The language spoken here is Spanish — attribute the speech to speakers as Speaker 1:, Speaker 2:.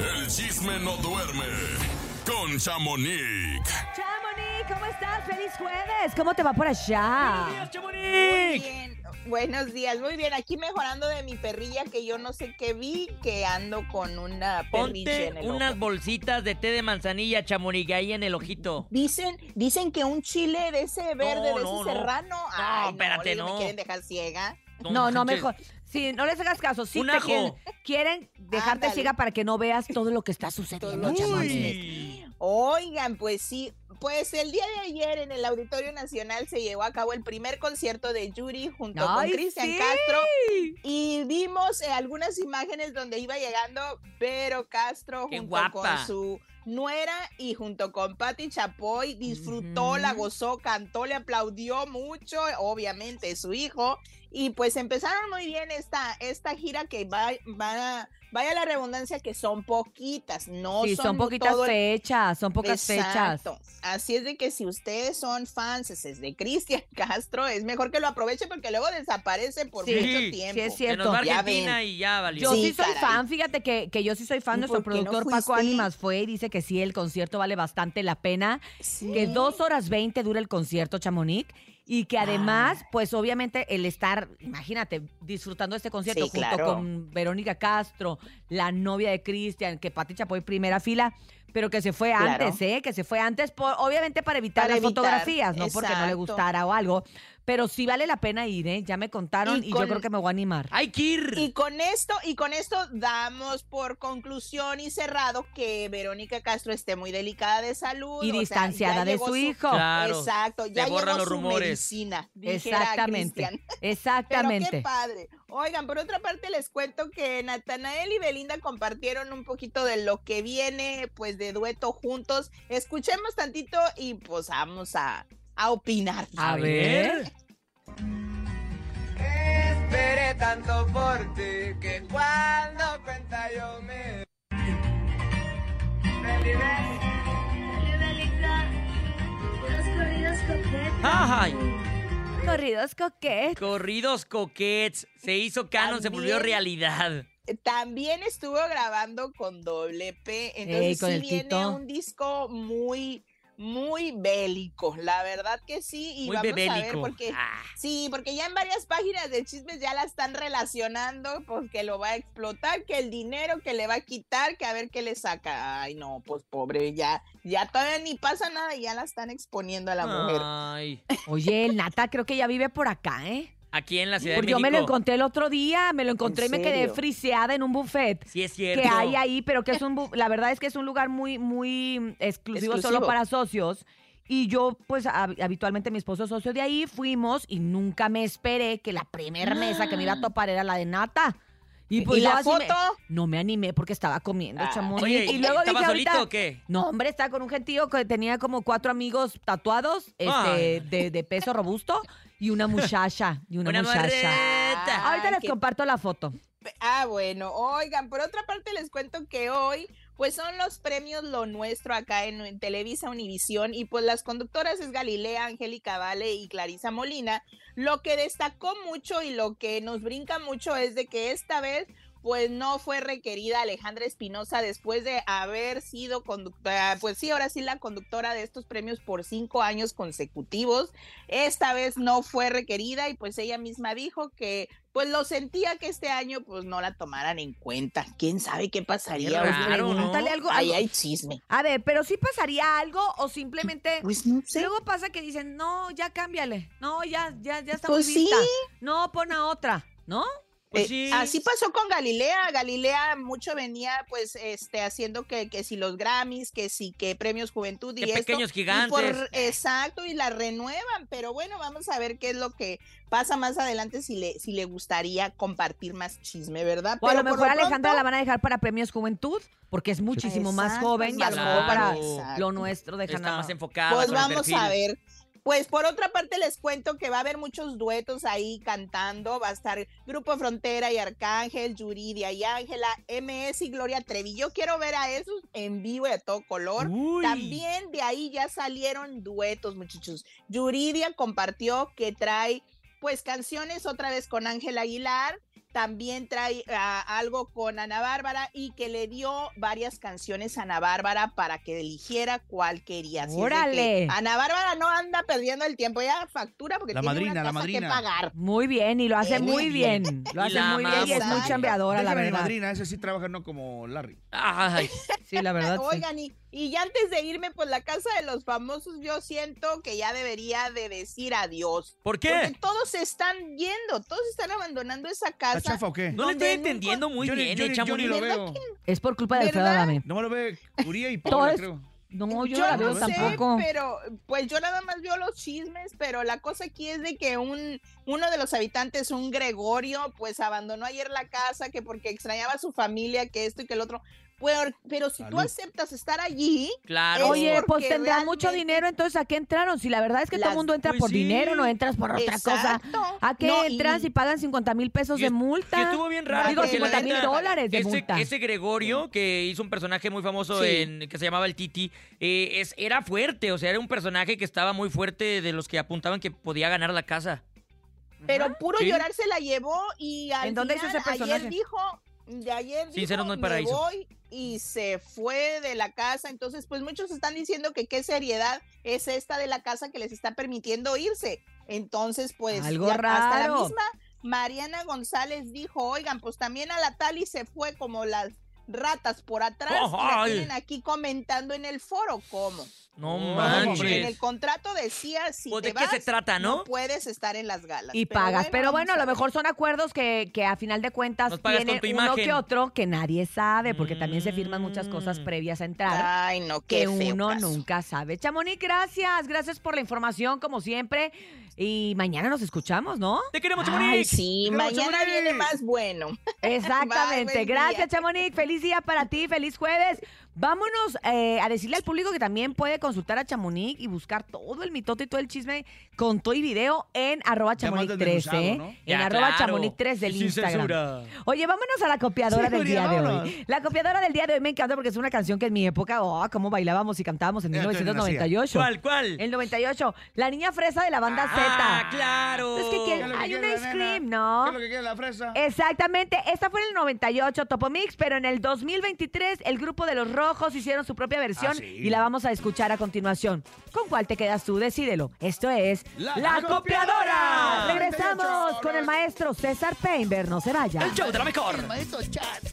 Speaker 1: El chisme no duerme con Chamonix.
Speaker 2: Chamonix, ¿cómo estás? ¡Feliz jueves! ¿Cómo te va por allá?
Speaker 3: Muy bien, buenos días, muy bien. Aquí mejorando de mi perrilla que yo no sé qué vi, que ando con una perrilla
Speaker 4: Ponte
Speaker 3: en el
Speaker 4: unas
Speaker 3: ojo.
Speaker 4: bolsitas de té de manzanilla, chamonique, ahí en el ojito.
Speaker 3: Dicen, dicen que un chile de ese verde, de ese
Speaker 4: no, no.
Speaker 3: serrano. ay,
Speaker 4: espérate,
Speaker 3: Lili,
Speaker 4: no.
Speaker 3: Me quieren dejar ciega.
Speaker 2: No, no,
Speaker 4: manches.
Speaker 2: mejor. Sí, no les hagas caso. Sí,
Speaker 4: Un
Speaker 2: te
Speaker 4: ajo.
Speaker 2: Quieren, quieren dejarte
Speaker 3: Ándale.
Speaker 2: ciega para que no veas todo lo que está sucediendo,
Speaker 3: Todo lo que-
Speaker 2: Chamonix.
Speaker 4: Uy.
Speaker 3: Oigan, pues sí, pues el día de ayer en el Auditorio Nacional se llevó a cabo el primer concierto de Yuri junto
Speaker 2: Ay,
Speaker 3: con Cristian
Speaker 2: sí.
Speaker 3: Castro y vimos eh, algunas imágenes donde iba llegando Vero Castro
Speaker 4: Qué
Speaker 3: junto
Speaker 4: guapa.
Speaker 3: con su nuera y junto con Patti Chapoy disfrutó, la
Speaker 2: Ujú.
Speaker 3: gozó, cantó, le aplaudió mucho, obviamente su hijo y pues empezaron muy bien esta esta gira que va, va vaya la redundancia que son poquitas, no
Speaker 2: Sí, son poquitas
Speaker 3: todo el-
Speaker 2: fechas, son pocas fechas.
Speaker 3: Exacto. Así es de que si ustedes son fans es de Cristian Castro, es mejor que lo aprovechen porque luego desaparece por
Speaker 2: Sí,
Speaker 3: mucho
Speaker 4: sí,
Speaker 3: tiempo.
Speaker 2: Sí, es
Speaker 4: Se nos
Speaker 2: cierto.
Speaker 4: va
Speaker 3: Ya
Speaker 4: Argentina
Speaker 3: ven.
Speaker 4: y ya valió.
Speaker 2: Yo sí,
Speaker 3: Sí,
Speaker 2: soy
Speaker 3: caray.
Speaker 2: fan, fíjate que, que yo sí soy fan.
Speaker 3: ¿Y
Speaker 2: Nuestro
Speaker 3: por qué no
Speaker 2: productor Paco
Speaker 3: fuiste?
Speaker 2: Ánimas fue y dice que sí, el concierto vale bastante la pena.
Speaker 3: Sí.
Speaker 2: Que dos horas veinte dura el concierto, Chamonix. Y que además,
Speaker 3: Ah.
Speaker 2: pues obviamente el estar, imagínate, disfrutando este concierto
Speaker 3: Sí,
Speaker 2: junto
Speaker 3: claro.
Speaker 2: con Verónica Castro, la novia de Cristian, que Pati Chapoy primera fila, pero que se fue
Speaker 3: Claro.
Speaker 2: antes, ¿eh? Que se fue antes, por- obviamente para evitar
Speaker 3: Para
Speaker 2: las
Speaker 3: evitar,
Speaker 2: fotografías, no porque no le
Speaker 3: exacto.
Speaker 2: gustara o algo. Pero sí vale la pena ir, ¿eh? Ya me contaron y,
Speaker 3: Y
Speaker 2: yo
Speaker 3: con- Ah,
Speaker 2: creo que me voy a animar.
Speaker 4: Hay que ir.
Speaker 3: Y con esto, y con esto damos por conclusión y cerrado que Verónica Castro esté muy delicada de salud.
Speaker 2: y
Speaker 3: o sea, ya
Speaker 2: distanciada de
Speaker 3: llegó
Speaker 2: su hijo.
Speaker 4: Claro.
Speaker 3: Exacto, ya llegó
Speaker 4: borran
Speaker 3: su
Speaker 4: los rumores.
Speaker 3: medicina. dijera
Speaker 2: Exactamente.
Speaker 3: Cristian. Pero qué
Speaker 2: Exactamente.
Speaker 3: padre. Oigan, por otra parte les cuento que Natanael y Belinda compartieron un poquito de lo que viene, pues de dueto juntos. Escuchemos tantito y pues vamos a, a opinar.
Speaker 2: A ver.
Speaker 5: Esperé tanto por ti que cuando cuenta yo me.
Speaker 4: Ajá.
Speaker 2: Corridos coquetos.
Speaker 4: Corridos coquets. Se hizo canon, se volvió
Speaker 3: También.
Speaker 4: realidad.
Speaker 3: eh, También estuvo grabando con doble P, entonces
Speaker 2: con
Speaker 3: sí
Speaker 2: el
Speaker 3: viene
Speaker 2: Tito.
Speaker 3: un disco muy, muy bélico. La verdad que sí. Y
Speaker 4: Muy
Speaker 3: vamos a ver
Speaker 4: bebélico.
Speaker 3: porque
Speaker 4: Ah,
Speaker 3: Sí, porque ya en varias páginas de chismes ya la están relacionando porque lo va a explotar, que el dinero que le va a quitar, que a ver qué le saca. Ay, no, pues pobre, ya, ya todavía ni pasa nada y ya la están exponiendo a la
Speaker 2: Ah.
Speaker 3: mujer.
Speaker 4: Ay.
Speaker 2: Oye, el Nata creo que ya vive por acá, ¿eh?
Speaker 4: Aquí en la Ciudad
Speaker 2: Porque
Speaker 4: de
Speaker 2: yo me lo
Speaker 4: México.
Speaker 2: encontré el otro día, me lo encontré y me quedé
Speaker 3: serio?
Speaker 2: friseada en un buffet
Speaker 4: Sí, es
Speaker 2: que
Speaker 4: cierto.
Speaker 2: hay ahí, pero que es un bu- la verdad es que es un lugar muy muy exclusivo, solo
Speaker 3: Exclusivo.
Speaker 2: para socios. Y yo, pues, hab- habitualmente mi esposo es socio de ahí, fuimos y nunca me esperé que la primera mesa que me iba a topar era la de Nata. Y pues
Speaker 3: y
Speaker 2: yo
Speaker 3: la
Speaker 2: así me-
Speaker 3: foto,
Speaker 2: no me animé porque estaba comiendo,
Speaker 3: Ah.
Speaker 2: chamón.
Speaker 4: Oye,
Speaker 2: y luego
Speaker 4: ¿estaba
Speaker 2: dije
Speaker 4: solito
Speaker 2: ahorita,
Speaker 4: o qué?
Speaker 2: No, hombre, estaba con un gentío que tenía como cuatro amigos tatuados, este,
Speaker 4: Ay.
Speaker 2: de, de peso robusto, y una muchacha, Ah, y una,
Speaker 4: Una
Speaker 2: muchacha.
Speaker 4: marreta.
Speaker 2: Ahorita
Speaker 3: Ay,
Speaker 2: les
Speaker 3: qué-
Speaker 2: comparto la foto.
Speaker 3: ah, bueno, oigan, por otra parte les cuento que hoy, pues son los premios Lo Nuestro acá en, en Televisa Univisión y pues las conductoras es Galilea, Angélica Vale y Clarisa Molina. Lo que destacó mucho y lo que nos brinca mucho es de que esta vez pues no fue requerida Alejandra Espinosa después de haber sido conductora, pues sí, ahora sí la conductora de estos premios por cinco años consecutivos. Esta vez no fue requerida y pues ella misma dijo que pues lo sentía que este año pues no la tomaran en cuenta. ¿Quién sabe qué pasaría?
Speaker 4: Qué
Speaker 3: Oye,
Speaker 4: raro, ¿no?
Speaker 2: Pregúntale algo.
Speaker 3: Ahí
Speaker 2: algo.
Speaker 3: hay chisme.
Speaker 2: A ver, pero sí pasaría algo o simplemente.
Speaker 3: Pues no sé.
Speaker 2: Luego pasa que dicen, no, ya cámbiale. No, ya, ya, ya está muy
Speaker 3: Pues sí.
Speaker 2: vista. No, pon a otra, ¿no?
Speaker 4: Pues
Speaker 3: Eh,
Speaker 4: sí.
Speaker 3: Así pasó con Galilea. Galilea mucho venía, pues, este, haciendo que, que si los Grammys, que si que premios Juventud y
Speaker 4: Qué
Speaker 3: esto.
Speaker 4: pequeños
Speaker 3: y por-
Speaker 4: gigantes.
Speaker 3: exacto, y la renuevan. Pero bueno, vamos a ver qué es lo que pasa más adelante si le, si le gustaría compartir más chisme, ¿verdad?
Speaker 2: O a lo
Speaker 3: Pero por
Speaker 2: mejor Alejandra
Speaker 3: pronto-
Speaker 2: la van a dejar para premios juventud, porque es muchísimo más
Speaker 3: Exacto,
Speaker 2: joven y a
Speaker 3: más
Speaker 2: lo mejor para
Speaker 3: joven, exacto.
Speaker 2: lo nuestro dejan
Speaker 4: Está
Speaker 2: a-
Speaker 4: más enfocada.
Speaker 3: Pues
Speaker 4: con el
Speaker 3: vamos
Speaker 4: perfil.
Speaker 3: a ver. Pues por otra parte les cuento que va a haber muchos duetos ahí cantando. Va a estar Grupo Frontera y Arcángel, Yuridia y Ángela, MS y Gloria Trevi. Yo quiero ver a esos en vivo y a todo color.
Speaker 4: Uy.
Speaker 3: También de ahí ya salieron duetos, muchachos. Yuridia compartió que trae pues canciones otra vez con Ángela Aguilar. también trae ah, algo con Ana Bárbara y que le dio varias canciones a Ana Bárbara para que eligiera cuál quería. Así es de que
Speaker 2: ¡Órale!
Speaker 3: Ana Bárbara no anda perdiendo el tiempo, ella factura porque
Speaker 6: La
Speaker 3: tiene
Speaker 6: madrina,
Speaker 3: una
Speaker 6: la
Speaker 3: casa
Speaker 6: madrina.
Speaker 3: que pagar.
Speaker 2: Muy bien, y lo hace
Speaker 3: Eh,
Speaker 2: muy bien. Lo
Speaker 4: Y
Speaker 2: hace
Speaker 4: la
Speaker 2: muy bien y es muy
Speaker 3: amamos.
Speaker 2: chambeadora, la
Speaker 6: Déjame de
Speaker 2: verdad.
Speaker 6: madrina, ese sí trabaja, no como Larry.
Speaker 4: Ay,
Speaker 2: Sí, la verdad. sí.
Speaker 3: Oigan, y, y ya antes de irme por la casa de los famosos, yo siento que ya debería de decir adiós.
Speaker 4: ¿Por
Speaker 3: Porque
Speaker 4: qué?
Speaker 3: todos se están yendo, todos están abandonando esa
Speaker 6: ¿Está
Speaker 3: casa.
Speaker 6: chafa o qué?
Speaker 4: No le estoy
Speaker 3: donde nunca-
Speaker 4: entendiendo muy
Speaker 6: Yo ni-
Speaker 4: bien,
Speaker 6: yo
Speaker 4: eh,
Speaker 6: ni- yo ni
Speaker 4: Chamonix.
Speaker 6: lo
Speaker 3: ¿Verdad
Speaker 6: veo.
Speaker 2: Es por culpa de Alfredo
Speaker 3: ¿Verdad?
Speaker 2: Adame.
Speaker 6: No me lo ve Curía y Paola,
Speaker 2: es-
Speaker 6: creo.
Speaker 2: No, yo, no la veo
Speaker 6: no sé,
Speaker 2: tampoco.
Speaker 3: pero pues yo nada más veo los chismes, pero la cosa aquí es de que un uno de los habitantes, un Gregorio, pues abandonó ayer la casa que porque extrañaba a su familia, que esto y que el otro. Pero, pero si tú
Speaker 6: Salud.
Speaker 3: aceptas estar allí,
Speaker 4: Claro.
Speaker 2: Oye,
Speaker 3: porque
Speaker 2: pues tendrán mucho
Speaker 3: realmente-
Speaker 2: dinero, entonces ¿a qué entraron? Si la verdad es que todo el
Speaker 3: Las-
Speaker 2: mundo entra
Speaker 6: Pues
Speaker 2: por
Speaker 6: sí.
Speaker 2: dinero, no entras por otra cosa.
Speaker 3: Exacto.
Speaker 2: ¿A qué
Speaker 3: No, y-
Speaker 2: entras y pagan 50 mil pesos
Speaker 4: Que
Speaker 2: de
Speaker 4: es-
Speaker 2: multa?
Speaker 4: Que estuvo bien raro.
Speaker 2: Digo,
Speaker 4: porque la
Speaker 2: 50 mil
Speaker 4: neta,
Speaker 2: dólares de
Speaker 4: ese,
Speaker 2: multa.
Speaker 4: ese Gregorio, que hizo un personaje muy famoso
Speaker 3: Sí.
Speaker 4: en, que se llamaba el Titi, eh, es, era fuerte. O sea, era un personaje que estaba muy fuerte de los que apuntaban que podía ganar la casa.
Speaker 3: Pero puro
Speaker 4: Sí.
Speaker 3: llorar se la llevó y al
Speaker 2: ¿En dónde hizo
Speaker 3: final,
Speaker 2: ese personaje?
Speaker 3: ayer dijo, de ayer
Speaker 4: Sinceros
Speaker 3: dijo,
Speaker 4: no hay
Speaker 3: me
Speaker 4: paraíso".
Speaker 3: voy y se fue de la casa. Entonces, pues muchos están diciendo que qué seriedad es esta de la casa que les está permitiendo irse. Entonces, pues
Speaker 2: Algo
Speaker 3: ya hasta la
Speaker 2: raro.
Speaker 3: misma Mariana González dijo, oigan, pues también a la Tali se fue como las ratas por atrás y la
Speaker 4: ¡Ay!
Speaker 3: tienen aquí comentando en el foro cómo.
Speaker 4: No
Speaker 6: Oh,
Speaker 3: En
Speaker 4: manches.
Speaker 3: el contrato decía si
Speaker 4: Pues,
Speaker 3: te
Speaker 4: ¿De qué
Speaker 3: vas,
Speaker 4: se trata, no?
Speaker 3: no puedes estar en las galas.
Speaker 2: Y
Speaker 3: Pero
Speaker 2: pagas. pero
Speaker 3: vamos
Speaker 2: bueno, a lo
Speaker 3: ver.
Speaker 2: mejor son acuerdos que, que a final de cuentas
Speaker 4: Nos pagas con
Speaker 2: tienen
Speaker 4: tu
Speaker 2: uno
Speaker 4: imagen.
Speaker 2: que otro que nadie sabe, porque también se firman muchas cosas
Speaker 4: Mm.
Speaker 2: previas a entrar.
Speaker 3: Ay, no, qué
Speaker 2: que
Speaker 3: feo
Speaker 2: uno
Speaker 3: caso.
Speaker 2: nunca sabe. Chamonix, gracias. Gracias por la información, como siempre. Y mañana nos escuchamos, ¿no?
Speaker 4: Te queremos,
Speaker 3: Ay,
Speaker 4: Chamonix.
Speaker 3: sí,
Speaker 6: Creo,
Speaker 3: mañana
Speaker 6: Chamonix.
Speaker 3: viene más bueno.
Speaker 2: Exactamente.
Speaker 3: buen día.
Speaker 2: gracias, Chamonix. Feliz día para ti, feliz jueves. Vámonos eh, a decirle al público que también puede consultar a Chamonix y buscar todo el mitote y todo el chisme con todo y video en arroba
Speaker 6: Ya más
Speaker 2: chamonix 3
Speaker 6: desmenuzado, ¿no?
Speaker 2: En
Speaker 4: Ya,
Speaker 2: arroba
Speaker 4: claro.
Speaker 2: chamonix 3 del
Speaker 4: Sin
Speaker 2: Instagram.
Speaker 4: censura.
Speaker 2: Oye, vámonos a la copiadora
Speaker 6: Sí,
Speaker 2: del
Speaker 6: Nuria,
Speaker 2: día de
Speaker 6: vámonos.
Speaker 2: hoy. La copiadora del día de hoy me encanta porque es una canción que en mi época, oh, cómo bailábamos y cantábamos en
Speaker 6: Ya, Antonio
Speaker 2: 1998.
Speaker 4: ¿Cuál, cuál?
Speaker 2: El 98, la niña fresa de la banda
Speaker 4: Ah,
Speaker 2: Z.
Speaker 4: claro.
Speaker 2: Es que
Speaker 6: ¿Qué es
Speaker 2: quiere-
Speaker 6: lo que
Speaker 2: hay un
Speaker 6: quiere la
Speaker 2: ice
Speaker 6: nena?
Speaker 2: cream,
Speaker 6: ¿Qué
Speaker 2: ¿no?
Speaker 6: es lo que quiere la fresa?
Speaker 2: Exactamente, esta fue en el 98 Topomix, pero en el 2023 el grupo de los rojos hicieron su propia versión
Speaker 6: Ah, sí.
Speaker 2: y la vamos a escuchar a continuación. ¿Con cuál te quedas tú? Decídelo. Esto es
Speaker 6: La
Speaker 4: Copiadora.
Speaker 2: Regresamos con el maestro César Painter, no se vaya.
Speaker 4: El show de la mejor.
Speaker 6: Maestro Chat.